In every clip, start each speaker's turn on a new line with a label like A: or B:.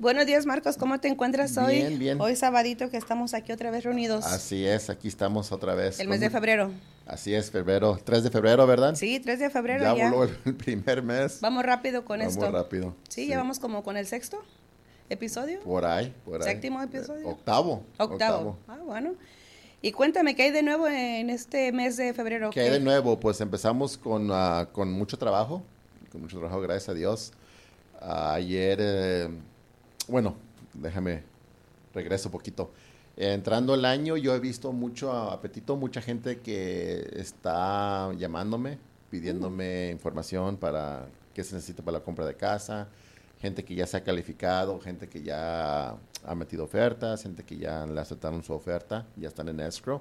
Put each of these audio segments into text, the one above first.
A: Buenos días, Marcos. ¿Cómo te encuentras hoy?
B: Bien, bien.
A: Hoy sabadito que estamos aquí otra vez reunidos.
B: Así es, aquí estamos otra vez.
A: el mes de
B: Con-
A: febrero.
B: Así es, febrero, 3 de febrero, ¿verdad?
A: Sí, 3 de febrero
B: ya,
A: ya.
B: voló el, el primer mes.
A: Vamos rápido con
B: Vamos
A: esto.
B: rápido.
A: Sí, ya vamos como con el sexto episodio.
B: Por ahí, por ahí.
A: Séptimo episodio.
B: Eh, Octavo.
A: Octavo. Ah, bueno. Y cuéntame, ¿qué hay de nuevo en este mes de febrero?
B: ¿Qué hay de nuevo? Pues empezamos con, ah, con mucho trabajo, con mucho trabajo, gracias a Dios. Ah, ayer, eh, bueno, déjame, regreso poquito. Entrando el año, yo he visto mucho apetito, mucha gente que está llamándome, pidiéndome información para qué se necesita para la compra de casa, gente que ya se ha calificado, gente que ya ha metido ofertas, gente que ya le aceptaron su oferta, ya están en escrow.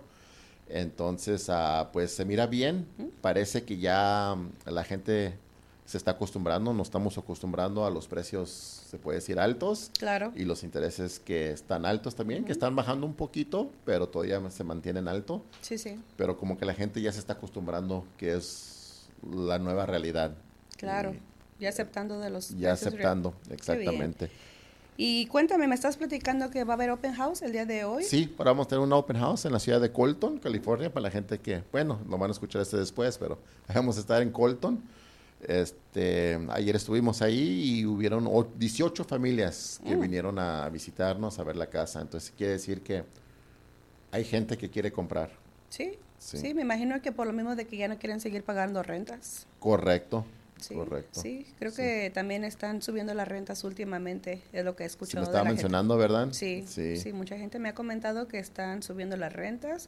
B: Entonces, ah, pues se mira bien. Parece que ya mm, la gente se está acostumbrando, nos estamos acostumbrando a los precios, se puede decir, altos
A: Claro.
B: y los intereses que están altos también, que están bajando un poquito, pero todavía se mantienen alto.
A: Sí, sí.
B: Pero como que la gente ya se está acostumbrando que es la nueva realidad.
A: Claro. Ya aceptando de los.
B: Y ya
A: precios re-
B: aceptando,
A: bien.
B: exactamente.
A: Y cuéntame, ¿me estás platicando que va a haber open house el día de hoy?
B: Sí, ahora vamos a tener una open house en la ciudad de Colton, California, para la gente que, bueno, no van a escuchar este después, pero vamos a estar en Colton. Este, ayer estuvimos ahí y hubieron o- 18 familias que vinieron a visitarnos, a ver la casa. Entonces quiere decir que hay gente que quiere comprar.
A: Sí. Sí,
B: Sí.
A: me imagino que por lo mismo de que ya no quieren seguir pagando rentas.
B: Correcto.
A: Sí,
B: correcto.
A: Sí, creo
B: Sí.
A: que también están subiendo las rentas últimamente, es lo que he
B: Si
A: escuchado.
B: me
A: de
B: estaba
A: la
B: mencionando, ¿verdad?
A: gente. Sí, sí, mucha gente me ha comentado que están subiendo las rentas,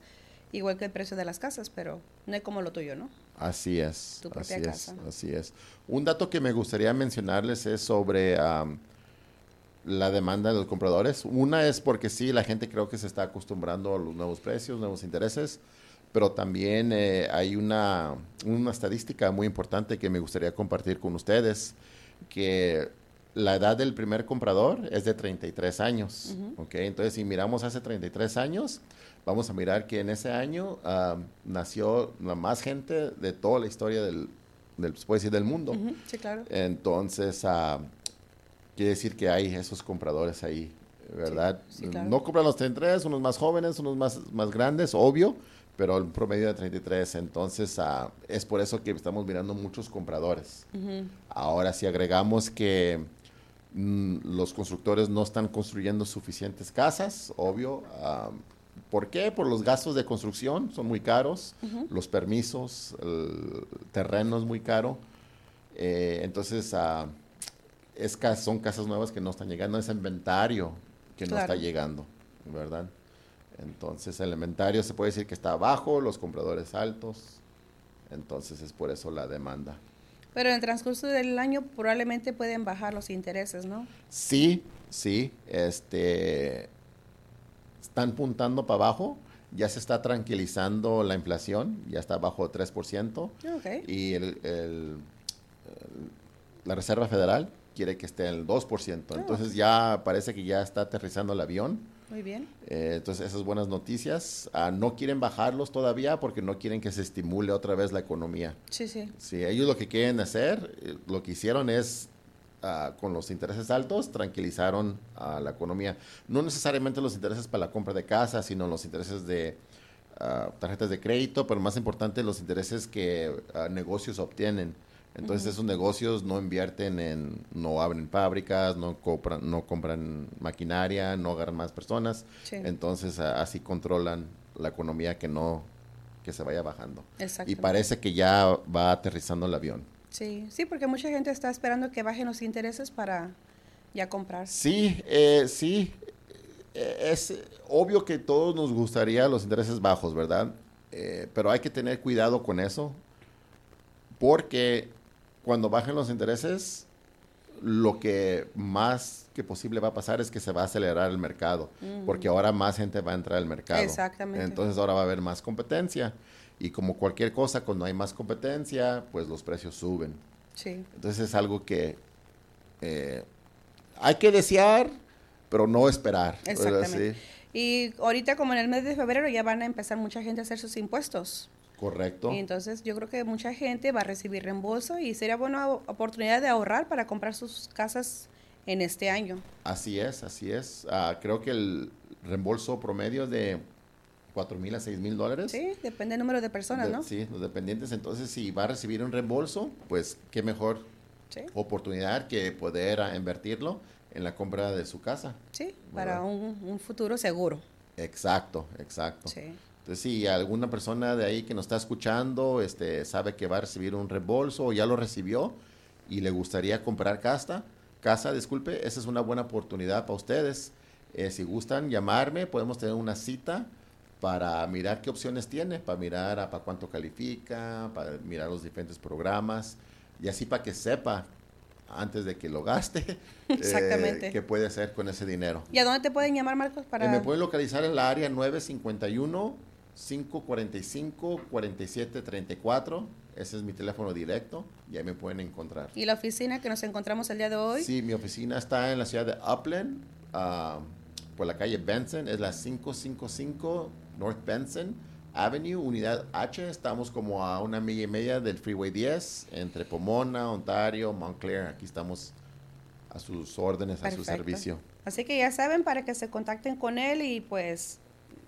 A: igual que el precio de las casas, pero no es como lo tuyo, ¿no?
B: Así es,
A: Tu propia
B: así es,
A: casa.
B: así es. Un dato que me gustaría mencionarles es sobre am, la demanda de los compradores. Una es porque sí, la gente creo que se está acostumbrando a los nuevos precios, nuevos intereses, pero también eh, hay una, una estadística muy importante que me gustaría compartir con ustedes, que la edad del primer comprador es de 33 años, ¿ok? Entonces, si miramos hace 33 años, vamos a mirar que en ese año ah, nació la más gente de toda la historia del, del, se puede decir, del mundo.
A: Ujú, Sí, claro.
B: Eh. Entonces, ah, quiere decir que hay esos compradores ahí, ¿verdad?
A: Sí, sí, claro.
B: No compran los 33, unos más jóvenes, unos más, más grandes, obvio, pero el promedio de 33. Entonces, ah, es por eso que estamos mirando muchos compradores.
A: Ujú,
B: Ahora, si agregamos que mm, los constructores no están construyendo suficientes casas, obvio. ah, ¿Por qué? Por los gastos de construcción, son muy caros, los permisos, el terreno es muy caro. eh, entonces, ah, es ca- son casas nuevas que no están llegando, es inventario que no está
A: Claro.
B: llegando, ¿verdad? Entonces, el inventario se puede decir que está bajo, los compradores altos. Entonces, es por eso la demanda.
A: Pero en el transcurso del año probablemente pueden bajar los intereses, ¿no?
B: Sí, sí, este, están puntando para abajo, ya se está tranquilizando la inflación, ya está bajo 3%,
A: Ok.
B: y el, el- el- la Reserva Federal quiere que esté en el 2%, entonces ya parece que ya está aterrizando el avión,
A: Muy bien.
B: eh, entonces esas buenas noticias, Ah, no quieren bajarlos todavía porque no quieren que se estimule otra vez la economía.
A: Sí, sí.
B: Sí, ellos lo que quieren hacer, eh, lo que hicieron es, ah, con los intereses altos, tranquilizaron a la economía. No necesariamente los intereses para la compra de casa, sino los intereses de ah, tarjetas de crédito, pero más importante, los intereses que ah, negocios obtienen. Entonces esos negocios no invierten en, no abren fábricas, no compran, no compran maquinaria, no agarran más personas.
A: Sí.
B: Entonces a- así controlan la economía que no, que se vaya bajando.
A: Exacto.
B: Y parece que ya va aterrizando el avión.
A: Sí, sí, porque mucha gente está esperando que bajen los intereses para ya comprar.
B: Sí, eh, sí. eh, Es obvio que todos nos gustaría los intereses bajos, ¿verdad? Eh, pero hay que tener cuidado con eso. Porque cuando bajen los intereses, lo que más que posible va a pasar es que se va a acelerar el mercado. Porque ahora más gente va a entrar al mercado.
A: Exactamente.
B: Entonces ahora va a haber más competencia. Y como cualquier cosa, cuando hay más competencia, pues los precios suben.
A: Sí.
B: Entonces es algo que eh, hay que desear, pero no esperar. ¿verdad?
A: Exactamente.
B: Sí,
A: Y ahorita como en el mes de febrero ya van a empezar mucha gente a hacer sus impuestos.
B: correcto.
A: Y entonces yo creo que mucha gente va a recibir reembolso y sería buena o- oportunidad de ahorrar para comprar sus casas en este año.
B: Así es, así es. Ah, creo que el reembolso promedio es de 4 mil a 6 mil dólares.
A: Sí, depende del número de personas,
B: De-
A: ¿no?
B: Sí, los dependientes. Entonces, si va a recibir un reembolso, pues qué mejor
A: Sí,
B: oportunidad que poder ah, invertirlo en la compra de su casa.
A: sí, para
B: ¿Verdad? Oh.
A: un, un futuro seguro.
B: Exacto, exacto.
A: Sí.
B: Entonces, si alguna persona de ahí que nos está escuchando este, sabe que va a recibir un reembolso o ya lo recibió y le gustaría comprar casa, casa, disculpe, esa es una buena oportunidad para ustedes. Eh, si gustan llamarme, podemos tener una cita para mirar qué opciones tiene, para mirar a- para cuánto califica, para mirar los diferentes programas y así para que sepa antes de que lo gaste eh,
A: Exactamente.
B: qué puede hacer con ese dinero.
A: ¿Y a dónde te pueden llamar, Marcos? Para...
B: Eh, me pueden localizar en la área 951-545-4734. Ese es mi teléfono directo y ahí me pueden encontrar.
A: Y la oficina que nos encontramos el día de hoy.
B: Sí, mi oficina está en la ciudad de Upland, ah, por la calle Benson. Es la 555 North Benson Avenue, Unidad H. Estamos como a una milla y media del Freeway 10, entre Pomona, Ontario, Montclair. Aquí estamos a sus órdenes, a su
A: Perfecto.
B: servicio.
A: Así que ya saben, para que se contacten con él y pues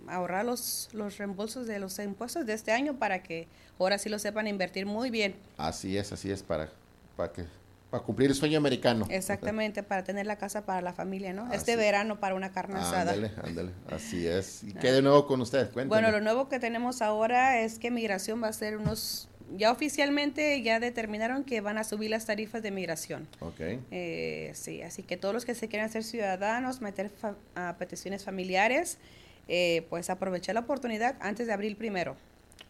A: ahorrar los, los reembolsos de los impuestos de este año para que ahora sí lo sepan invertir muy bien.
B: Así es, así es, para, para, que, para cumplir el sueño americano.
A: Exactamente, para tener la casa para la familia, ¿no? este
B: Así.
A: verano para una carne asada.
B: Ándale, ándale, así es. ¿Y qué de nuevo con usted? Cuéntame.
A: Ah. Bueno, lo nuevo que tenemos ahora es que migración va a ser unos, ya oficialmente ya determinaron que van a subir las tarifas de migración.
B: Ok,
A: Eh, sí, así que todos los que se quieran hacer ciudadanos, meter fa- ah, peticiones familiares, eh, pues aprovechar la oportunidad antes de abril primero,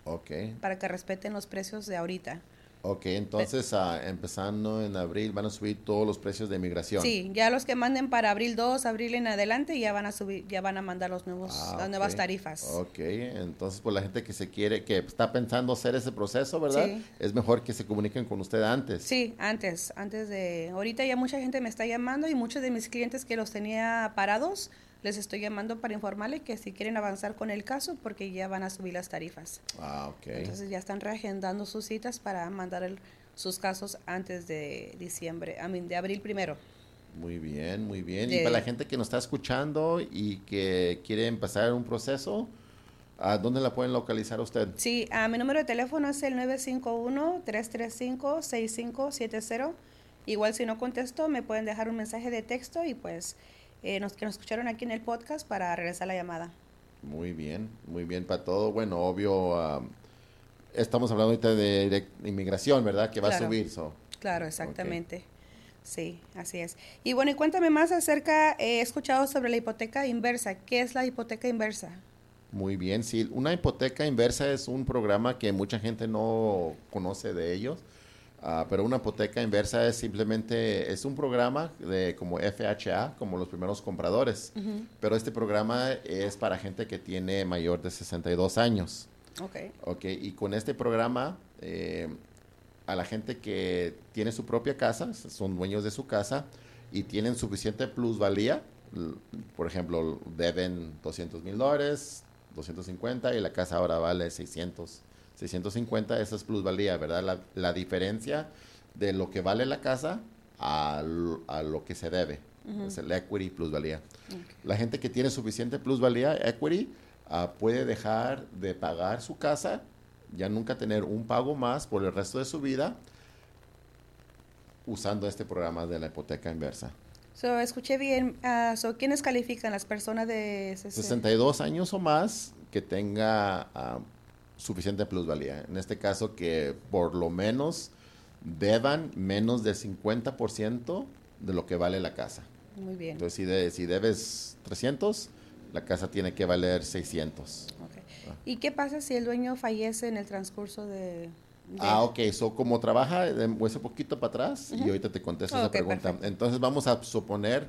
B: ok,
A: para que respeten los precios de ahorita.
B: ok. Entonces, ah, empezando en abril, van a subir todos los precios de Ah, migración.
A: Sí, ya los que manden para abril 2, abril en adelante, ya van a subir, ya van a mandar los nuevos,
B: Ah,
A: pues, las nuevas
B: ok.
A: tarifas.
B: Ok, entonces, por la gente que se quiere, que está pensando hacer ese proceso, ¿verdad?
A: Sí.
B: Es mejor que se comuniquen con usted antes.
A: Sí, antes, antes de, ahorita ya mucha gente me está llamando y muchos de mis clientes que los tenía parados, les estoy llamando para informarles que si quieren avanzar con el caso, porque ya van a subir las tarifas.
B: Ah, ok.
A: Entonces ya están reagendando sus citas para mandar el- sus casos antes de diciembre, a de abril primero.
B: Muy bien, muy bien. Y
A: De-
B: para la gente que nos está escuchando y que quiere empezar un proceso, ¿a dónde la pueden localizar a usted?
A: Sí, ah, mi número de teléfono es el 951-335-6570. Igual si no contesto, me pueden dejar un mensaje de texto y pues eh, nos, que nos escucharon aquí en el podcast para regresar la llamada.
B: Muy bien, muy bien para todo. Bueno, obvio, am, estamos hablando ahorita de, direc- inmigración, ¿verdad? Que va
A: Claro.
B: a subir. so.
A: Claro,
B: Ok.
A: exactamente. Sí, así es. Y bueno, y cuéntame más acerca, eh, he escuchado sobre la hipoteca inversa. ¿Qué es la hipoteca inversa?
B: Muy bien, sí. Una hipoteca inversa es un programa que mucha gente no conoce de ellos, ah, pero una hipoteca inversa es simplemente, es un programa de como FHA, como los primeros compradores. Pero este programa es para gente que tiene mayor de 62 años.
A: Ok.
B: Ok, y con este programa, eh, a la gente que tiene su propia casa, s- son dueños de su casa y tienen suficiente plusvalía, l- por ejemplo, deben 200 mil dólares, 250 y la casa ahora vale 600, 650, esa es plusvalía, ¿verdad? La, la diferencia de lo que vale la casa a, lo- a lo que se debe, es el equity plusvalía. La gente que tiene suficiente plusvalía, equity, ah, puede dejar de pagar su casa, ya nunca tener un pago más por el resto de su vida usando este programa de la hipoteca inversa.
A: So, escuché bien. ah, so, ¿Quiénes califican? Las personas de 60.
B: 62 años o más que tenga ah, suficiente plusvalía. En este caso que por lo menos deban menos del 50% de lo que vale la casa.
A: Muy bien.
B: Entonces, si, de- si debes 300, la casa tiene que valer 600.
A: Ok. ¿Y qué pasa si el dueño fallece en el transcurso de... de-
B: Ah, ok, so como trabaja de- ese poquito para atrás y ahorita te contesto esa
A: Ok,
B: pregunta.
A: perfecto.
B: Entonces vamos a suponer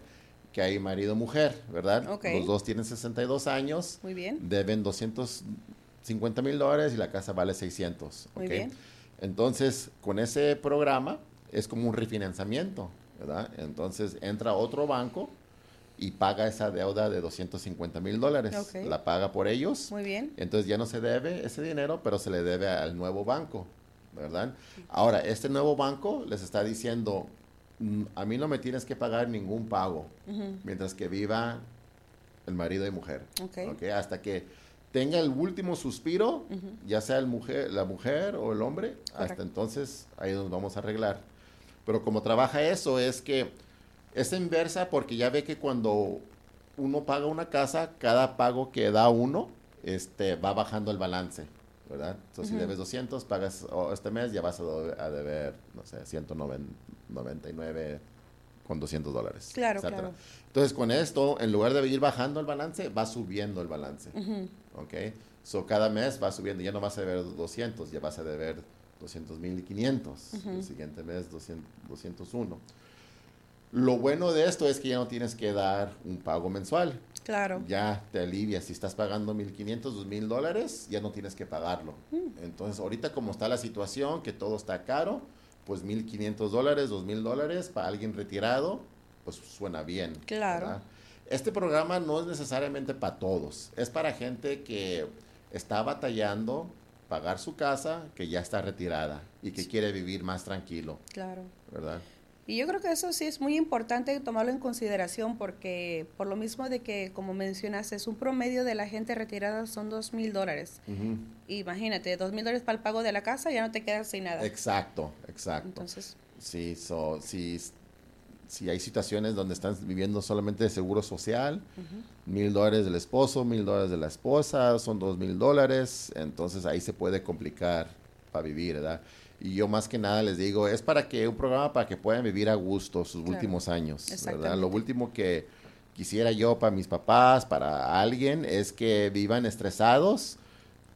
B: que hay marido mujer, ¿verdad?
A: Ok.
B: Los dos tienen 62 años,
A: Muy bien.
B: deben 250 mil dólares y la casa vale 600.
A: Muy
B: ok.
A: bien.
B: Entonces, con ese programa es como un refinanciamiento, ¿verdad? Entonces entra otro banco y paga esa deuda de 250 mil dólares.
A: Ok.
B: La paga por ellos.
A: Muy bien.
B: Entonces ya no se debe ese dinero, pero se le debe al nuevo banco, ¿verdad? Ahora, este nuevo banco les está diciendo, mm, a mí no me tienes que pagar ningún pago
A: Ujú.
B: mientras que viva el marido y mujer.
A: Ok.
B: ¿ok? Hasta que tenga el último suspiro,
A: Ujú.
B: ya sea el mujer, la mujer o el hombre,
A: Correcto.
B: hasta entonces ahí nos vamos a arreglar. Pero como trabaja eso es que es inversa porque ya ve que cuando uno paga una casa, cada pago que da uno este, va bajando el balance, ¿verdad? Entonces, si
A: Ujú.
B: debes 200, pagas oh, este mes, ya vas a, do- a deber, no sé, 199 con 200 dólares.
A: Claro,
B: etcétera.
A: claro.
B: Entonces, con esto, en lugar de ir bajando el balance, va subiendo el balance.
A: Ujú.
B: ¿ok? So, cada mes va subiendo, ya no vas a deber 200, ya vas a deber 200.500,
A: Ujú.
B: el siguiente mes 200, 201. Lo bueno de esto es que ya no tienes que dar un pago mensual,
A: Claro.
B: ya te alivias, si estás pagando 1.500, 2.000 dólares, ya no tienes que pagarlo.
A: Mm.
B: Entonces, ahorita como está la situación, que todo está caro, pues 1.500 dólares, 2.000 dólares para alguien retirado, pues suena bien.
A: Claro.
B: ¿verdad? Este programa no es necesariamente para todos, es para gente que está batallando pagar su casa, que ya está retirada y que quiere vivir más tranquilo,
A: Claro.
B: ¿verdad?
A: Y yo creo que eso sí es muy importante tomarlo en consideración porque por lo mismo de que, como mencionaste, es un promedio de la gente retirada son dos mil dólares.
B: Ujú.
A: Imagínate, dos mil dólares para el pago de la casa ya no te quedas sin nada.
B: Exacto, exacto.
A: Entonces,
B: Sí, so, si, si hay situaciones donde están viviendo solamente de seguro social, mil dólares del esposo, mil dólares de la esposa, son dos mil dólares, entonces ahí se puede complicar para vivir, ¿verdad? Y yo más que nada les digo, es para que un programa para que puedan vivir a gusto sus
A: Claro,
B: últimos años, ¿verdad?
A: exactamente.
B: Lo último que quisiera yo para mis papás, para alguien, es que vivan estresados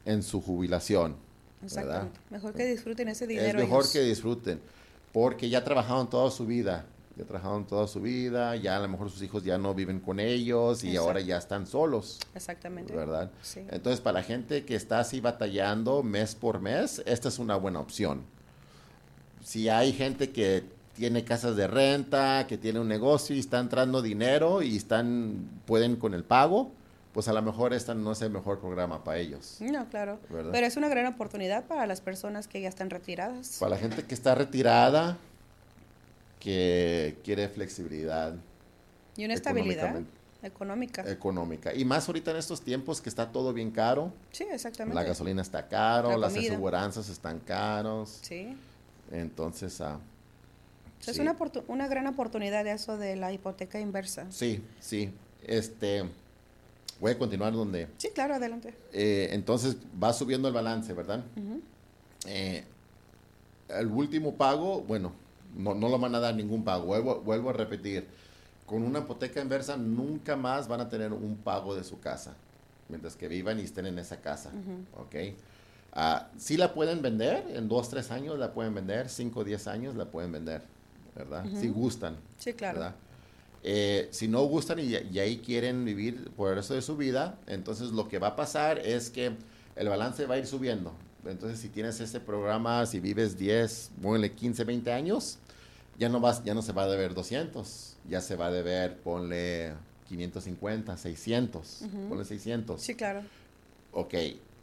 B: en su jubilación, ¿verdad?
A: exactamente. Mejor que disfruten ese
B: Es
A: dinero.
B: mejor
A: ellos.
B: que disfruten, porque ya trabajaron toda su vida, ya trabajaron toda su vida, ya a lo mejor sus hijos ya no viven con ellos y ahora
A: Exacto.
B: ya están solos,
A: Exactamente.
B: ¿verdad?
A: Sí.
B: Entonces, para la gente que está así batallando mes por mes, esta es una buena opción. Si hay gente que tiene casas de renta, que tiene un negocio y está entrando dinero y están pueden con el pago, pues a lo mejor esta no es el mejor programa para ellos.
A: No, claro.
B: ¿Verdad?
A: Pero es una gran oportunidad para las personas que ya están retiradas.
B: Para la gente que está retirada, que quiere flexibilidad
A: Y una estabilidad
B: Económicamente. Eh,
A: económica.
B: económica. Y más ahorita en estos tiempos que está todo bien caro.
A: sí, exactamente.
B: La gasolina está caro,
A: La
B: las
A: comida.
B: aseguranzas están caros.
A: Sí.
B: Entonces, ah,
A: O sea, Es
B: sí.
A: una, oportu- una gran oportunidad de eso de la hipoteca inversa.
B: Sí, sí. Este, voy a continuar donde.
A: Sí, claro, adelante.
B: eh, entonces va subiendo el balance, ¿verdad?
A: Ujú.
B: Eh, el último pago, bueno, no, no lo van a dar ningún pago. Vuelvo, vuelvo a repetir. Con una hipoteca inversa nunca más van a tener un pago de su casa. Mientras que vivan y estén en esa casa.
A: Ujú.
B: ¿Ok? Ah, sí la pueden vender, en dos, tres años la pueden vender, cinco, diez años la pueden vender, ¿verdad? Si gustan,
A: Sí, claro.
B: ¿verdad? Eh, si no gustan y, y ahí quieren vivir por el resto de su vida, entonces lo que va a pasar es que el balance va a ir subiendo. Entonces, si tienes ese programa, si vives 10, ponle 15, 20 años, ya no, vas, ya no se va a deber 200, ya se va a deber, ponle 550, 600,
A: Ujú.
B: ponle 600.
A: Sí, claro.
B: Ok,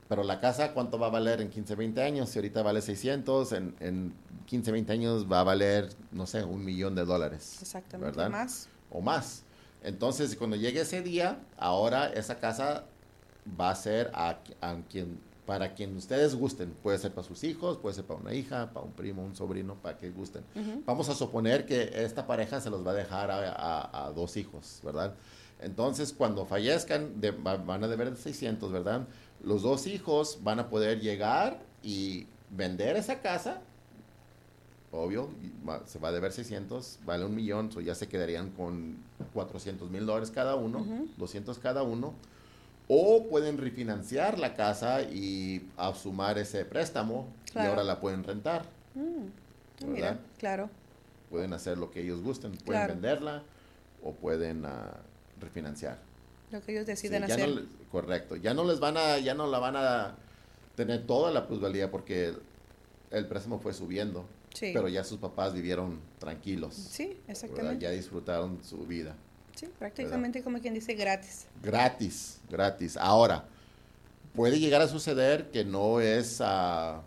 B: pero la casa, ¿cuánto va a valer en 15, 20 años? Si ahorita vale 600, en, en 15, 20 años va a valer, no sé, un millón de dólares.
A: Exactamente.
B: ¿Verdad?
A: Más.
B: o más. Entonces, cuando llegue ese día, ahora esa casa va a ser a, a quien, para quien ustedes gusten. Puede ser para sus hijos, puede ser para una hija, para un primo, un sobrino, para que gusten.
A: Ujú.
B: Vamos a suponer que esta pareja se los va a dejar a, a- a dos hijos, ¿verdad? Entonces, cuando fallezcan, de- va- van a deber 600, ¿verdad? Los dos hijos van a poder llegar y vender esa casa, obvio, y va- se va a deber 600, vale un millón, so ya se quedarían con 400 mil dólares cada uno,
A: Ujú.
B: 200 cada uno. O pueden refinanciar la casa y sumar ese préstamo y
A: Claro.
B: ahora la pueden rentar
A: Mm. Ah, Mira,
B: ¿Verdad?
A: claro.
B: pueden hacer lo que ellos gusten, pueden
A: Claro.
B: venderla o pueden ah, refinanciar.
A: Lo que ellos
B: Sí,
A: deciden
B: ya no
A: hacer.
B: le- correcto, ya no les van a, ya no la van a tener toda la plusvalía porque el préstamo fue subiendo,
A: sí.
B: pero ya sus papás vivieron tranquilos,
A: sí,
B: ¿verdad?
A: exactamente.
B: ya disfrutaron su vida,
A: Sí, prácticamente como quien dice gratis.
B: gratis, gratis. Ahora puede llegar a suceder que no es ah,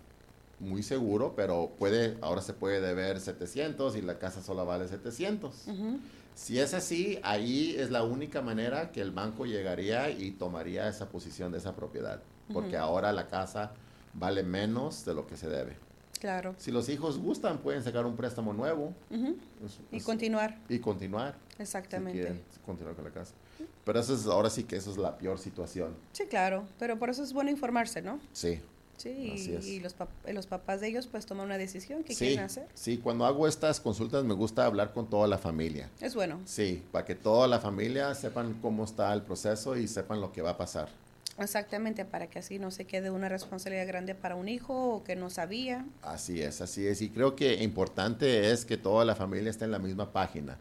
B: muy seguro, pero puede, ahora se puede deber 700 y la casa sola vale 700.
A: Ujú.
B: Si es así, ahí es la única manera que el banco llegaría y tomaría esa posición de esa propiedad, porque
A: Ujú.
B: ahora la casa vale menos de lo que se debe.
A: Claro.
B: Si los hijos gustan, pueden sacar un préstamo nuevo
A: Ujú.
B: es-
A: Y
B: es-
A: continuar,
B: y continuar. Si
A: exactamente.
B: quieren continuar con la casa. Pero eso es, ahora sí que eso es la peor situación.
A: Sí, claro, pero por eso es bueno informarse, ¿no?
B: Sí.
A: Sí,
B: Así
A: y,
B: es.
A: y los, pap- los papás de ellos pues toman una decisión que
B: sí,
A: quieren hacer.
B: sí, cuando hago estas consultas me gusta hablar con toda la familia.
A: Es bueno,
B: Sí, para que toda la familia sepan cómo está el proceso y sepan lo que va a pasar.
A: exactamente, para que así no se quede una responsabilidad grande para un hijo o que no sabía.
B: Así es, así es. Y creo que importante es que toda la familia esté en la misma página,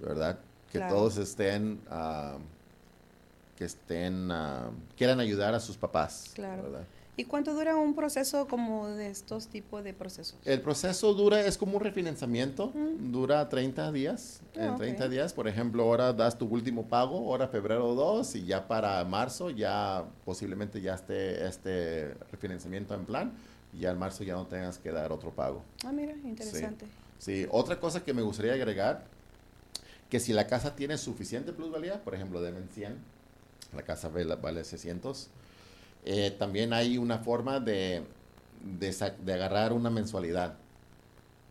B: ¿verdad? Que
A: Claro.
B: todos estén, ah, que estén, ah, quieran ayudar a sus papás.
A: Claro.
B: ¿verdad?
A: ¿Y cuánto dura un proceso como de estos tipos de procesos?
B: El proceso dura, es como un refinanciamiento,
A: Mm.
B: dura 30 días.
A: Ah,
B: en
A: ok.
B: 30 días, por ejemplo, ahora das tu último pago, ahora febrero 2 y ya para marzo ya posiblemente ya esté este refinanciamiento en plan y ya en marzo ya no tengas que dar otro pago.
A: Ah, mira, interesante.
B: Sí, otra cosa que me gustaría agregar, que si la casa tiene suficiente plusvalía, por ejemplo, deben 100, la casa vale, vale 600, eh, también hay una forma de, de, sa- de agarrar una mensualidad.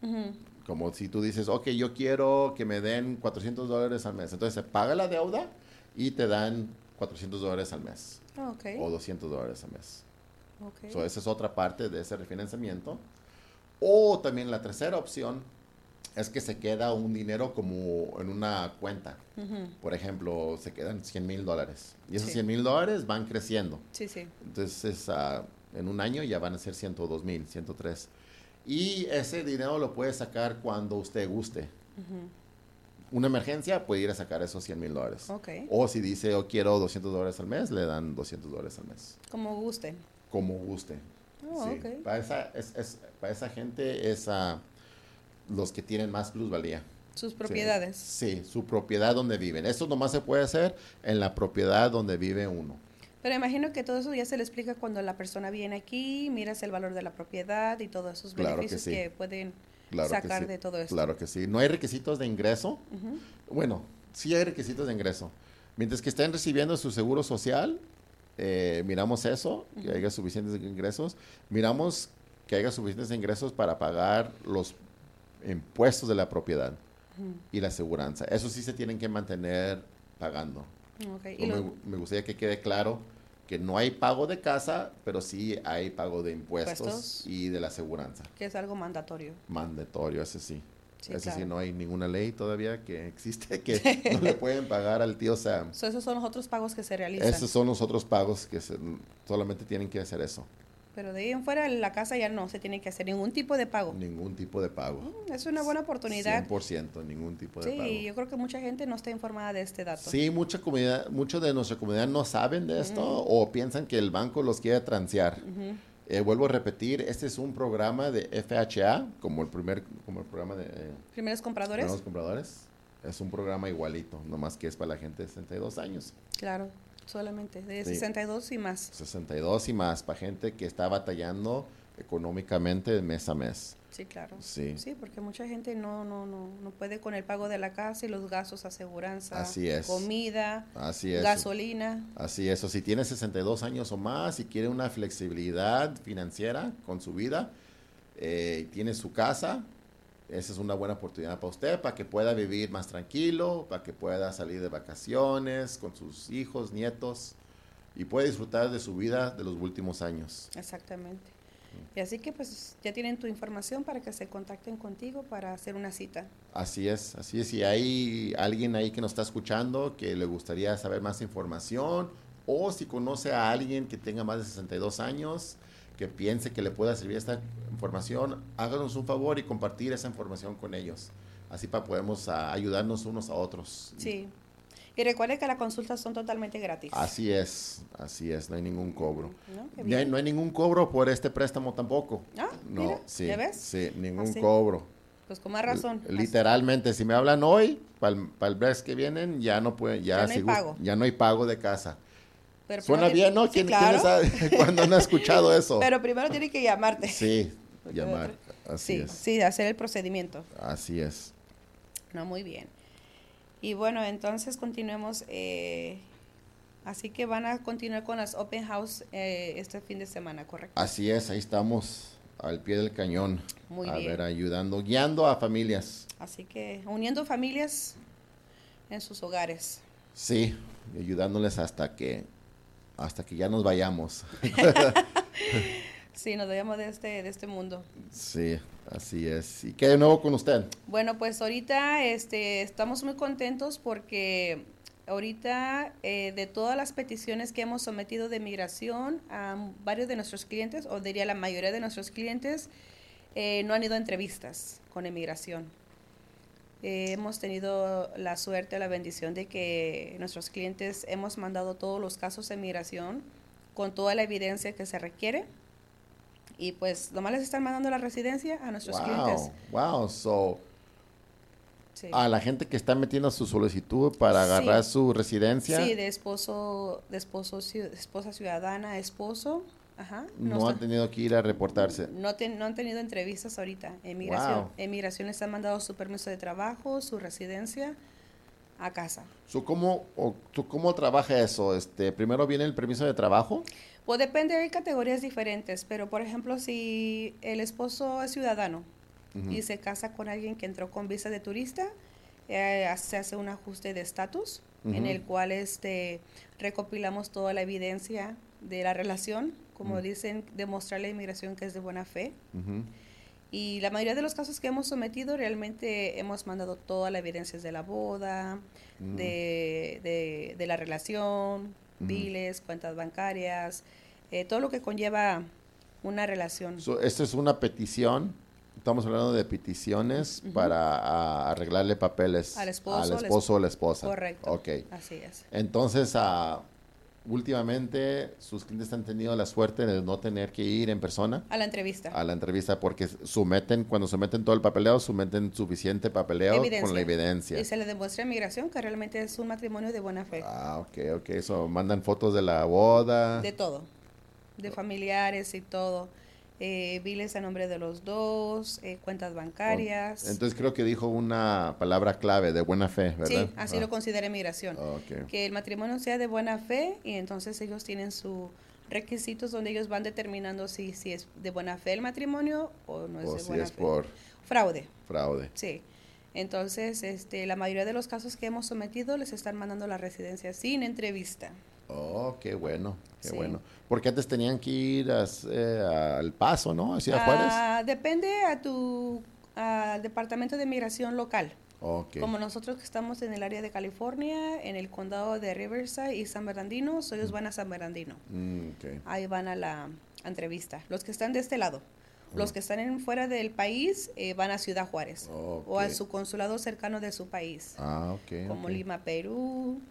A: Ujú.
B: Como si tú dices, ok, yo quiero que me den 400 dólares al mes. Entonces se paga la deuda y te dan 400 dólares al mes
A: Ah, ok,
B: o 200 dólares al mes.
A: ok.
B: So, esa es otra parte de ese refinanciamiento. O también la tercera opción es que se queda un dinero como en una cuenta.
A: Ujú.
B: Por ejemplo, se quedan 100 mil dólares. Y esos
A: Sí.
B: 100 mil dólares van creciendo.
A: Sí, sí.
B: Entonces, ah, en un año ya van a ser 102 mil, 103. Y ese dinero lo puede sacar cuando usted guste.
A: Ujú.
B: Una emergencia puede ir a sacar esos 100 mil dólares.
A: Ok,
B: O si dice, yo quiero 200 dólares al mes, le dan 200 dólares al mes.
A: como gusten.
B: Como guste.
A: Ah,
B: Sí,
A: ok.
B: Para esa, es- es- para esa gente es ah, los que tienen más plusvalía.
A: Sus
B: Sí,
A: propiedades.
B: Sí, su propiedad donde viven. Esto nomás se puede hacer en la propiedad donde vive uno.
A: Pero imagino que todo eso ya se le explica cuando la persona viene aquí, miras el valor de la propiedad y todos esos
B: Claro que
A: beneficios
B: sí.
A: que pueden
B: Claro
A: sacar
B: que sí.
A: de todo esto.
B: Claro que sí. No hay requisitos de ingreso.
A: Ujú.
B: Bueno, sí hay requisitos de ingreso. Mientras que estén recibiendo su seguro social, eh, miramos eso, que
A: Ujú.
B: haya suficientes ingresos. Miramos que haya suficientes ingresos para pagar los impuestos de la propiedad.
A: Ujú.
B: y la aseguranza. Eso sí se tienen que mantener pagando.
A: Ok, y
B: O me,
A: los-
B: me gustaría que quede claro que no hay pago de casa, pero sí hay pago de impuestos,
A: Impuestos.
B: y de la aseguranza.
A: que es algo mandatorio.
B: Mandatorio, ese sí.
A: Sí,
B: ese sí,
A: claro.
B: no hay ninguna ley todavía que existe que no le pueden pagar al tío Sam.
A: So, esos son los otros pagos que se realizan.
B: Esos son los otros pagos que se- solamente tienen que hacer eso.
A: Pero de ahí en fuera la casa ya no se tiene que hacer ningún tipo de pago.
B: Ningún tipo de pago.
A: Mm, Es una buena Oh. oportunidad.
B: 100%, ningún tipo de
A: sí,
B: pago.
A: yo creo que mucha gente no está informada de este dato.
B: Sí, mucha comunidad, muchos de nuestra comunidad no saben de esto
A: Ujú.
B: o piensan que el banco los quiere transear.
A: Ujú.
B: Eh, vuelvo a repetir, este es un programa de FHA, como el primer, como el programa de eh,
A: Primeros compradores.
B: primeros compradores. Es un programa igualito, nomás que es para la gente de 62 años,
A: Claro, solamente. De
B: Sí.
A: 62 y más.
B: 62 y más, para gente que está batallando económicamente de mes a mes.
A: Sí, claro.
B: Sí,
A: Sí, porque mucha gente no, no, no, no puede con el pago de la casa y los gastos, aseguranza,
B: Así es.
A: comida,
B: así es.
A: gasolina.
B: Así es, o si tiene 62 años o más y quiere una flexibilidad financiera con su vida, eh, tiene su casa, esa es una buena oportunidad para usted, para que pueda vivir más tranquilo, para que pueda salir de vacaciones con sus hijos, nietos y pueda disfrutar de su vida de los últimos años.
A: Exactamente. Y así que pues ya tienen tu información para que se contacten contigo para hacer una cita.
B: Así es, así es. Si hay alguien ahí que nos está escuchando que le gustaría saber más información o si conoce a alguien que tenga más de 62 años que piense que le pueda servir esta información, háganos un favor y compartir esa información con ellos. Así para podemos ah, ayudarnos unos a otros.
A: Sí. Y recuerde que las consultas son totalmente gratis.
B: Así es, así es, no hay ningún cobro.
A: ¿No? Qué
B: No hay,
A: bien.
B: no hay ningún cobro por este préstamo tampoco.
A: Ah,
B: No,
A: mira,
B: sí,
A: ¿ya ves?
B: sí, ningún
A: Así.
B: cobro.
A: Pues con más razón.
B: L- Literalmente, si me hablan hoy, para el mes que vienen, ya no pueden, ya,
A: Ya no hay
B: si gust-
A: pago.
B: ya no hay pago de casa.
A: Pero
B: Suena
A: primero
B: bien, ¿no?
A: tiene-
B: ¿Quién,
A: sí,
B: quién
A: claro.
B: les ha- cuándo no ha escuchado eso?
A: Pero primero tiene que llamarte.
B: sí, llamar. Así
A: sí,
B: es.
A: sí, de hacer el procedimiento.
B: Así es.
A: No, muy bien. Y bueno, entonces continuemos. eh, así que van a continuar con las open house eh, este fin de semana, ¿correcto?
B: Así es, ahí estamos al pie del cañón.
A: Muy
B: a
A: bien.
B: ver, ayudando, guiando a familias.
A: Así que uniendo familias en sus hogares.
B: Sí, y ayudándoles hasta que hasta que ya nos vayamos.
A: Sí, nos debemos de este, de este mundo.
B: Sí, así es. ¿Y qué de nuevo con usted?
A: Bueno, pues ahorita este, estamos muy contentos porque ahorita eh, de todas las peticiones que hemos sometido de migración a varios de nuestros clientes, o diría la mayoría de nuestros clientes, eh, no han ido a entrevistas con inmigración. Eh, hemos tenido la suerte, la bendición de que nuestros clientes hemos mandado todos los casos de migración con toda la evidencia que se requiere. Y pues nomás les están mandando la residencia a nuestros clientes.
B: Wow, wow. So,
A: Sí.
B: a la gente que está metiendo su solicitud para
A: Sí.
B: agarrar su residencia,
A: Sí, de esposo, de esposo, ciu- esposa ciudadana, esposo. Ajá.
B: no, han
A: está-
B: tenido que ir a reportarse.
A: no, ten- no han tenido entrevistas ahorita. Emigración,
B: Wow.
A: emigración les han mandado su permiso de trabajo, su residencia a casa.
B: So, ¿cómo, o, tú ¿Cómo trabaja eso? Este, primero viene el permiso de trabajo.
A: Pues depende, hay categorías diferentes, pero por ejemplo, si el esposo es ciudadano
B: Ujú.
A: y se casa con alguien que entró con visa de turista, eh, se hace un ajuste de estatus en
B: Ujú.
A: el cual este, recopilamos toda la evidencia de la relación, como
B: Mm.
A: dicen, demostrar la inmigración que es de buena fe.
B: Ujú.
A: Y la mayoría de los casos que hemos sometido, realmente hemos mandado toda la evidencia de la boda,
B: Mm.
A: de, de- de la relación,
B: Ujú.
A: biles, cuentas bancarias, eh, todo lo que conlleva una relación.
B: So, esto es una petición. Estamos hablando de peticiones para a, arreglarle papeles
A: Al esposo,
B: al
A: al esp-
B: esposo o la esposa.
A: Correcto.
B: Ok.
A: Así es.
B: Entonces, ah, últimamente sus clientes han tenido la suerte de no tener que ir en persona
A: A la entrevista.
B: a la entrevista porque someten, cuando someten todo el papeleo, someten suficiente papeleo con la evidencia.
A: Y se le demuestra inmigración que realmente es un matrimonio de buena fe.
B: Ah, ok, ok. So, mandan fotos de la boda.
A: De todo. De
B: Oh.
A: familiares y todo. Eh, biles a nombre de los dos, eh, cuentas bancarias.
B: Oh, Entonces creo que dijo una palabra clave de buena fe, ¿verdad?
A: sí, así
B: Ah,
A: lo considera inmigración.
B: ok.
A: Que el matrimonio sea de buena fe y entonces ellos tienen sus requisitos donde ellos van determinando si, si es de buena fe el matrimonio o no es
B: O
A: de
B: si
A: buena
B: es
A: fe.
B: por
A: Fraude.
B: fraude.
A: Sí. Entonces, este, la mayoría de los casos que hemos sometido les están mandando la residencia sin entrevista.
B: Oh, qué bueno, qué
A: Sí.
B: bueno. Porque antes tenían que ir a s- eh, al Paso, ¿no? A Ciudad Juárez.
A: Ah, depende a tu al departamento de migración local.
B: Ok.
A: Como nosotros que estamos en el área de California, en el condado de Riverside y San Bernardino, so ellos van a San Bernardino.
B: Mm, ok.
A: Ahí van a la entrevista. Los que están de este lado. Los que están en fuera del país eh, van a Ciudad Juárez o a
B: Ok.
A: su consulado cercano de su país,
B: Ah, ok.
A: como
B: ok.
A: Lima, Perú,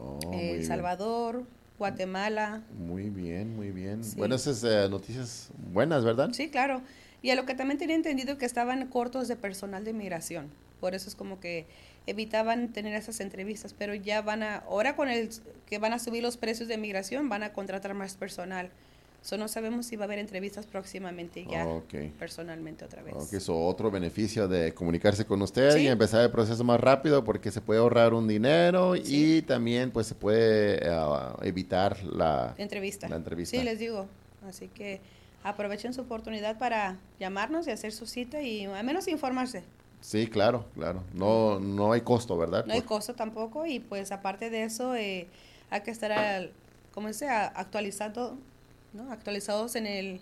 B: Oh,
A: El
B: muy bien.
A: Salvador, Guatemala.
B: Muy bien, muy bien.
A: Sí.
B: Bueno, esas eh, noticias buenas, ¿verdad?
A: Sí, claro. Y a lo que también tenía entendido que estaban cortos de personal de migración. Por eso es como que evitaban tener esas entrevistas, pero ya van a, ahora con el que van a subir los precios de migración, van a contratar más personal. So, no sabemos si va a haber entrevistas próximamente ya
B: Ok.
A: personalmente otra vez.
B: Ok, eso otro beneficio de comunicarse con usted
A: Sí.
B: y empezar el proceso más rápido porque se puede ahorrar un dinero
A: Sí.
B: y también pues se puede ah, evitar la...
A: Entrevista.
B: La entrevista.
A: Sí, les digo. Así que aprovechen su oportunidad para llamarnos y hacer su cita y al menos informarse.
B: Sí, claro, claro. No, no hay costo, ¿verdad?
A: No hay
B: Por-
A: costo tampoco y pues aparte de eso eh, hay que estar, al, ¿cómo se dice? A- Actualizando, ¿no? Actualizados en el...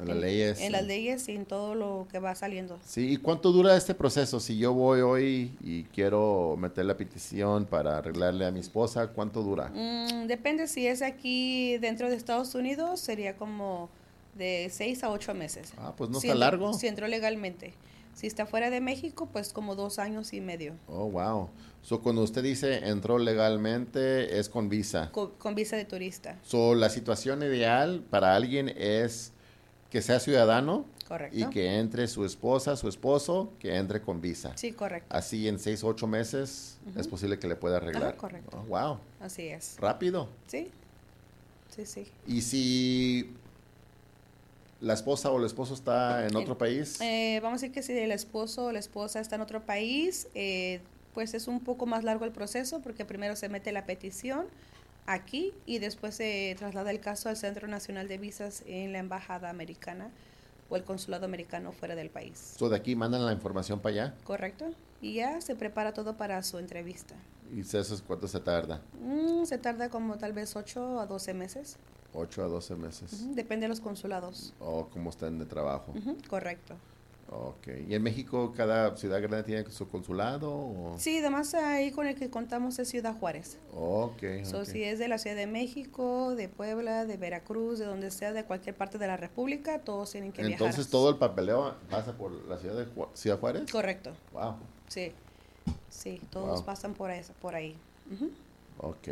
B: en las leyes.
A: En las leyes y en todo lo que va saliendo.
B: Sí, ¿y cuánto dura este proceso? Si yo voy hoy y quiero meter la petición para arreglarle a mi esposa, ¿cuánto dura?
A: Mm, depende si es aquí dentro de Estados Unidos, sería como de 6 a 8 meses.
B: Ah, pues no
A: Si
B: está
A: entró-
B: largo.
A: Si entró legalmente. Si está fuera de México, pues como dos años y medio.
B: Oh, wow. So, cuando usted dice entró legalmente, es con visa.
A: Con, con visa de turista,
B: So, la situación ideal para alguien es que sea ciudadano
A: correcto.
B: y que entre su esposa, su esposo, que entre con visa.
A: Sí, correcto.
B: Así en seis o ocho meses es posible que le pueda arreglar.
A: correcto.
B: Oh, wow,
A: Así es.
B: rápido.
A: Sí, Sí, sí.
B: Y si la esposa o el esposo está en otro país,
A: Eh, vamos a decir que si el esposo o la esposa está en otro país, eh, pues es un poco más largo el proceso porque primero se mete la petición aquí y después se traslada el caso al Centro Nacional de Visas en la Embajada Americana o el Consulado Americano fuera del país.
B: so de aquí mandan la información para allá
A: ¿Correcto? Y ya se prepara todo para su entrevista.
B: y sé eso es cuánto se tarda,
A: Mm, se tarda como tal vez 8 a 12 meses.
B: 8 a 12 meses,
A: Ujú, Depende de los consulados.
B: o cómo están de trabajo.
A: Ujú, Correcto.
B: Ok, ¿y en México cada ciudad grande tiene su consulado? O?
A: Sí, además ahí con el que contamos es Ciudad Juárez.
B: Ok,
A: So,
B: Ah, ok.
A: si es de la Ciudad de México, de Puebla, de Veracruz, de donde sea, de cualquier parte de la República, todos tienen que viajar.
B: Entonces todo el papeleo pasa por la ciudad de Ju- Ciudad Juárez.
A: Correcto,
B: Wow,
A: sí. Sí, todos
B: Wow.
A: pasan por, eso, por ahí. Ujú.
B: ok.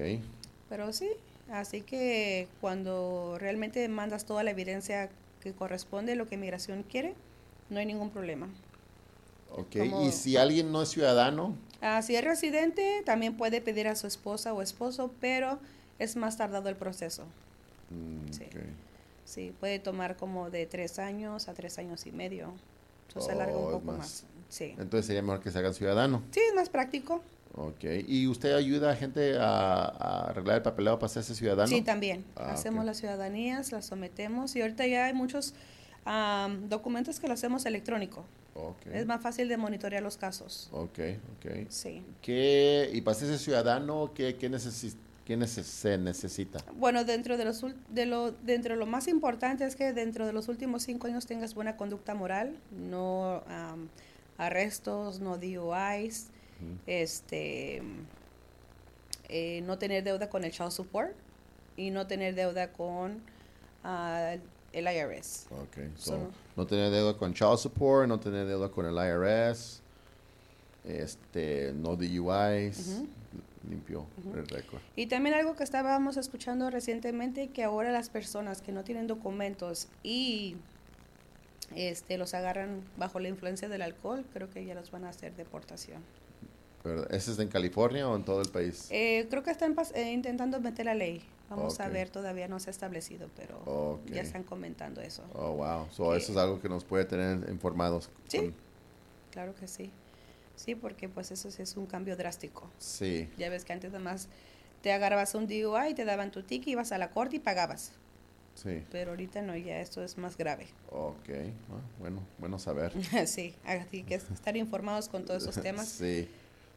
A: Pero sí, así que cuando realmente mandas toda la evidencia que corresponde, lo que Migración quiere, no hay ningún problema.
B: Ok,
A: Como-
B: y si alguien no es ciudadano,
A: Ah, si es residente, también puede pedir a su esposa o esposo, pero es más tardado el proceso.
B: mm,
A: Sí.
B: ok.
A: Sí, puede tomar como de tres años a tres años y medio. Eso se alarga
B: Oh,
A: un
B: es
A: poco
B: más.
A: más. Sí.
B: entonces sería mejor que se hagan ciudadano.
A: Sí, es más práctico.
B: Ok, ¿y usted ayuda a gente a, a arreglar el papeleo para hacerse ciudadano?
A: Sí, también.
B: Ah,
A: hacemos
B: ok.
A: las ciudadanías, las sometemos y ahorita ya hay muchos am, documentos que lo hacemos electrónico.
B: Ok,
A: Es más fácil de monitorear los casos.
B: ok, ok.
A: Sí.
B: ¿Qué, y para hacerse ciudadano, qué, qué, necesi- qué neces- se necesita?
A: Bueno, dentro de, los, ul- de lo, dentro de lo más importante es que dentro de los últimos cinco años tengas buena conducta moral, no am, arrestos, no DUIs,
B: Ujú.
A: este, eh, no tener deuda con el child support y no tener deuda con ah, el IRS.
B: Ok, so,
A: Solo.
B: no tener deuda con child support, no tener deuda con el IRS, este, no DUIs,
A: Ujú.
B: limpio
A: Ujú.
B: el récord.
A: Y también algo que estábamos escuchando recientemente, que ahora las personas que no tienen documentos y este, los agarran bajo la influencia del alcohol, creo que ya los van a hacer deportación.
B: ¿verdad? ¿Ese es en California o en todo el país?
A: Eh, creo que están pas- eh, intentando meter la ley. Vamos a
B: Ok.
A: ver, todavía no se ha establecido, pero
B: Ok.
A: ya están comentando eso.
B: Oh, wow. So,
A: que-
B: eso es algo que nos puede tener informados.
A: Sí.
B: con-
A: Claro que sí. Sí, porque pues eso sí es un cambio drástico.
B: sí.
A: Ya ves que antes nada más te agarrabas un DUI y te daban tu ticket, ibas a la corte y pagabas.
B: Sí.
A: Pero ahorita no, ya esto es más grave.
B: Ok. Ah, bueno, bueno saber.
A: sí, así que estar informados con todos esos Mm, temas.
B: Sí.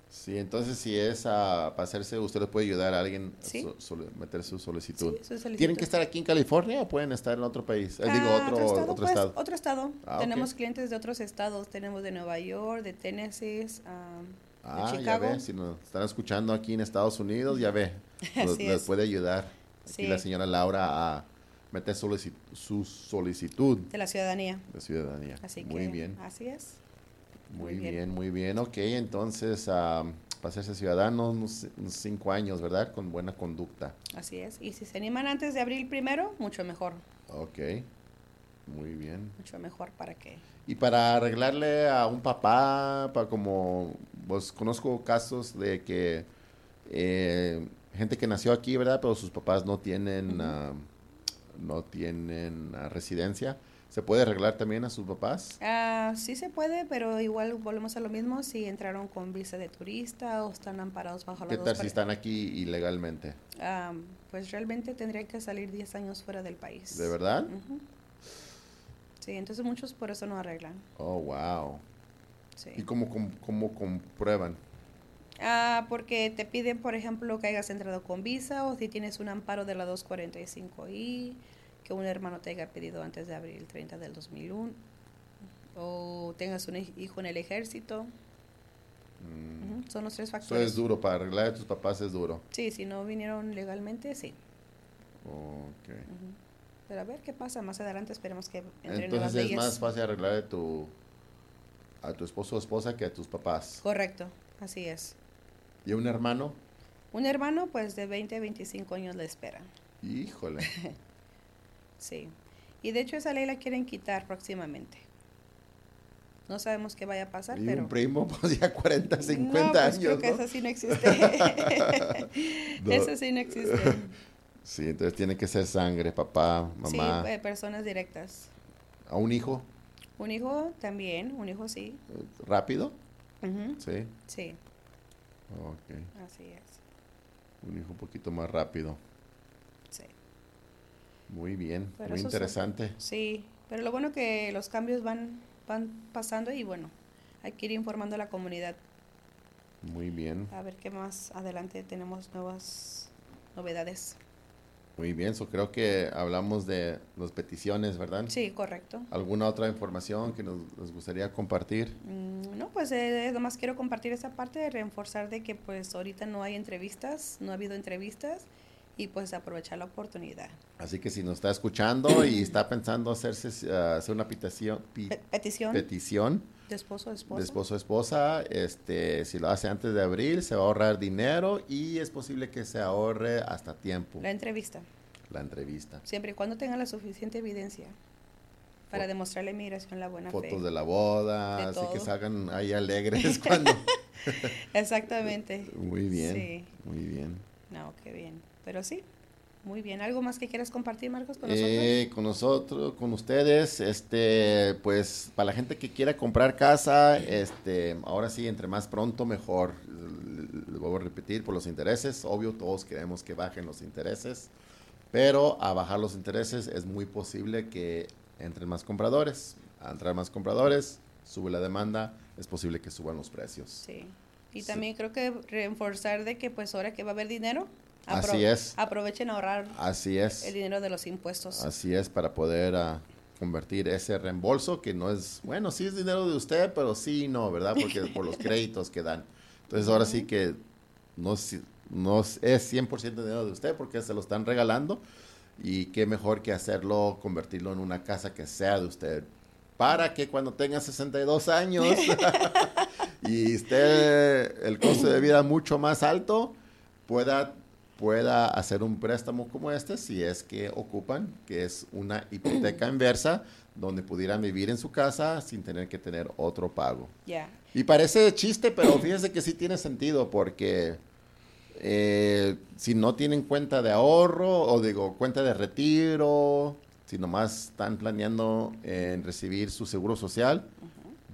B: Sí, entonces si es ah, para hacerse, usted le puede ayudar a alguien a
A: Sí.
B: so- sole- meter su
A: Sí,
B: solicitud.
A: eso es solicitud.
B: ¿Tienen que estar aquí en California o pueden estar en otro país? Eh, digo,
A: Ah,
B: otro, otro estado.
A: pues, otro estado.
B: Ah, ok.
A: Tenemos clientes de otros estados. Tenemos de Nueva York, de Tennessee, ah,
B: Ah, ya
A: Chicago.
B: ve, si nos están escuchando aquí en Estados Unidos, ya ve, nos,
A: Así
B: nos
A: es.
B: puede ayudar aquí
A: Sí.
B: la señora Laura a meter solici- su solicitud
A: de la ciudadanía.
B: de ciudadanía.
A: Así
B: muy
A: que,
B: bien,
A: Así es.
B: muy
A: muy
B: bien,
A: bien.
B: muy bien. Ok, entonces, am, para hacerse ciudadano, unos, unos cinco años, ¿verdad? Con buena conducta.
A: Así es. Y si se animan antes de abril primero, mucho mejor.
B: Ok, muy bien.
A: Mucho mejor para que.
B: Y para arreglarle a un papá, para como, pues conozco casos de que eh, gente que nació aquí, ¿verdad? Pero sus papás no tienen,
A: Ujú.
B: ah, no tienen ah, residencia. ¿Se puede arreglar también a sus papás?
A: Ah, sí se puede, pero igual volvemos a lo mismo si entraron con visa de turista o están amparados bajo
B: ¿Qué
A: los
B: tal si están aquí ilegalmente?
A: pues realmente tendrían que salir 10 años fuera del país.
B: ¿De verdad?
A: Ujú. Sí, entonces muchos por eso no arreglan.
B: Oh, wow.
A: Sí.
B: ¿Y cómo, com- cómo comprueban?
A: Ah, porque te piden, por ejemplo, que hayas entrado con visa o si tienes un amparo de la 245i, que un hermano te haya pedido antes de abril 30 del 2001, o tengas un hij- hijo en el ejército.
B: Mm,
A: Ujú, Son los tres
B: Eso
A: factores.
B: es duro, para arreglar a tus papás es duro.
A: Sí, si no vinieron legalmente, sí.
B: Ok.
A: Ujú. Pero a ver qué pasa más adelante, esperemos que entren nuevas
B: Entonces es
A: leyes.
B: más fácil arreglar a tu, a tu esposo o esposa que a tus papás.
A: Correcto, así es.
B: ¿Y un hermano?
A: Un hermano, pues de 20 a 25 años le espera.
B: Híjole.
A: Sí. Y de hecho esa ley la quieren quitar próximamente. No sabemos qué vaya a pasar,
B: Y
A: pero...
B: un primo, pues ya 40, 50
A: No, pues,
B: años.
A: Creo que
B: ¿no?
A: eso sí no existe.
B: No.
A: Eso sí no existe.
B: Sí, entonces tiene que ser sangre, papá,
A: Sí,
B: mamá,
A: eh, personas directas.
B: a un hijo,
A: Un hijo también, un hijo sí.
B: eh, rápido,
A: Ujú,
B: sí,
A: Sí,
B: ok,
A: así es.
B: un hijo un poquito más rápido,
A: Sí.
B: muy bien,
A: Pero
B: muy
A: eso sí.
B: interesante,
A: Sí, pero lo bueno que los cambios van, van pasando y bueno, hay que ir informando a la comunidad
B: muy bien,
A: a ver qué más adelante tenemos nuevas novedades.
B: muy bien, so creo que hablamos de las peticiones, ¿verdad?
A: Sí, correcto.
B: ¿Alguna otra información que nos, nos gustaría compartir?
A: Mm, No, pues eh, nomás quiero compartir esa parte de reforzar de que pues ahorita no hay entrevistas, no ha habido entrevistas y pues aprovechar la oportunidad.
B: Así que si nos está escuchando y está pensando hacerse, ah, hacer una petición, pi-
A: Pe- petición
B: petición
A: de esposo, esposa.
B: de esposo o esposa, este, si lo hace antes de abril, se va a ahorrar dinero y es posible que se ahorre hasta tiempo
A: La entrevista,
B: la entrevista.
A: siempre y cuando tenga la suficiente evidencia para
B: Fo-
A: demostrar la inmigración la buena fe.
B: Fotos de la boda,
A: De
B: así que
A: todo.
B: salgan ahí alegres cuando.
A: Exactamente.
B: muy bien,
A: Sí.
B: muy bien.
A: No, qué bien. Pero sí, muy bien. ¿Algo más que quieras compartir, Marcos, con nosotros?
B: Eh, con nosotros, con ustedes, este, pues para la gente que quiera comprar casa, este, ahora sí, entre más pronto mejor. L- Le vuelvo a repetir por los intereses, obvio, todos queremos que bajen los intereses, pero a bajar los intereses es muy posible que entren más compradores. A entrar más compradores, sube la demanda, es posible que suban los precios.
A: Sí. Y
B: Sí.
A: también creo que reforzar de que pues ahora que va a haber dinero, apro-
B: Así es.
A: aprovechen a ahorrar
B: Así es.
A: el dinero de los impuestos.
B: Así es, para poder ah, convertir ese reembolso, que no es, bueno, sí es dinero de usted, pero sí y no, ¿verdad? Porque por los créditos que dan. Entonces ahora sí que no, es- no es es 100% dinero de usted porque se lo están regalando y qué mejor que hacerlo, convertirlo en una casa que sea de usted. Para que cuando tenga 62 años y esté el costo de vida mucho más alto, pueda, pueda hacer un préstamo como este si es que ocupan, que es una hipoteca inversa donde pudieran vivir en su casa sin tener que tener otro pago.
A: Ya.
B: Y parece chiste, pero fíjense que sí tiene sentido porque eh, si no tienen cuenta de ahorro o digo cuenta de retiro, si nomás están planeando en recibir su seguro social,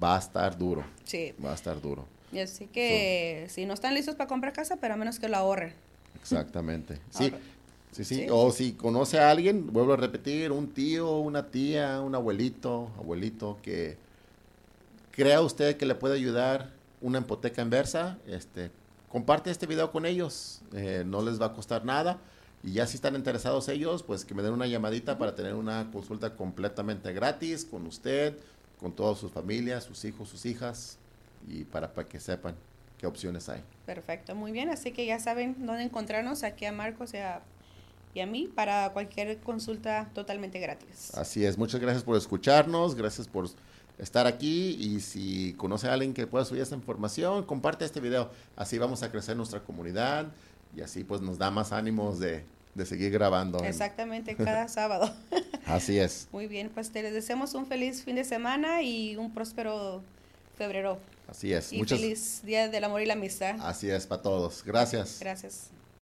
B: va a estar duro,
A: Sí.
B: va a estar duro.
A: Y así que si no están listos para comprar casa, pero a menos que lo ahorren.
B: Exactamente. Sí,
A: Ahora-
B: sí, sí.
A: Sí.
B: O si conoce a alguien, vuelvo a repetir, un tío, una tía, un abuelito, abuelito, que crea usted que le puede ayudar una hipoteca inversa, este, comparte este video con ellos. eh, no les va a costar nada. Y ya si están interesados ellos, pues que me den una llamadita para tener una consulta completamente gratis con usted, con todas sus familias, sus hijos, sus hijas, y para, para que sepan qué opciones hay.
A: Perfecto, muy bien. Así que ya saben dónde encontrarnos, aquí a Marcos y a, y a mí, para cualquier consulta totalmente gratis.
B: Así es, muchas gracias por escucharnos, gracias por estar aquí y si conoce a alguien que pueda subir esta información, comparte este video. Así vamos a crecer nuestra comunidad y así pues nos da más ánimos de, de seguir grabando. en-
A: Exactamente, cada sábado.
B: Así es,
A: Muy bien, pues te les deseamos un feliz fin de semana y un próspero febrero.
B: así es.
A: Y
B: Muchas Ah.
A: feliz Día del Amor y la Amistad.
B: Así es para todos. Gracias.
A: Gracias.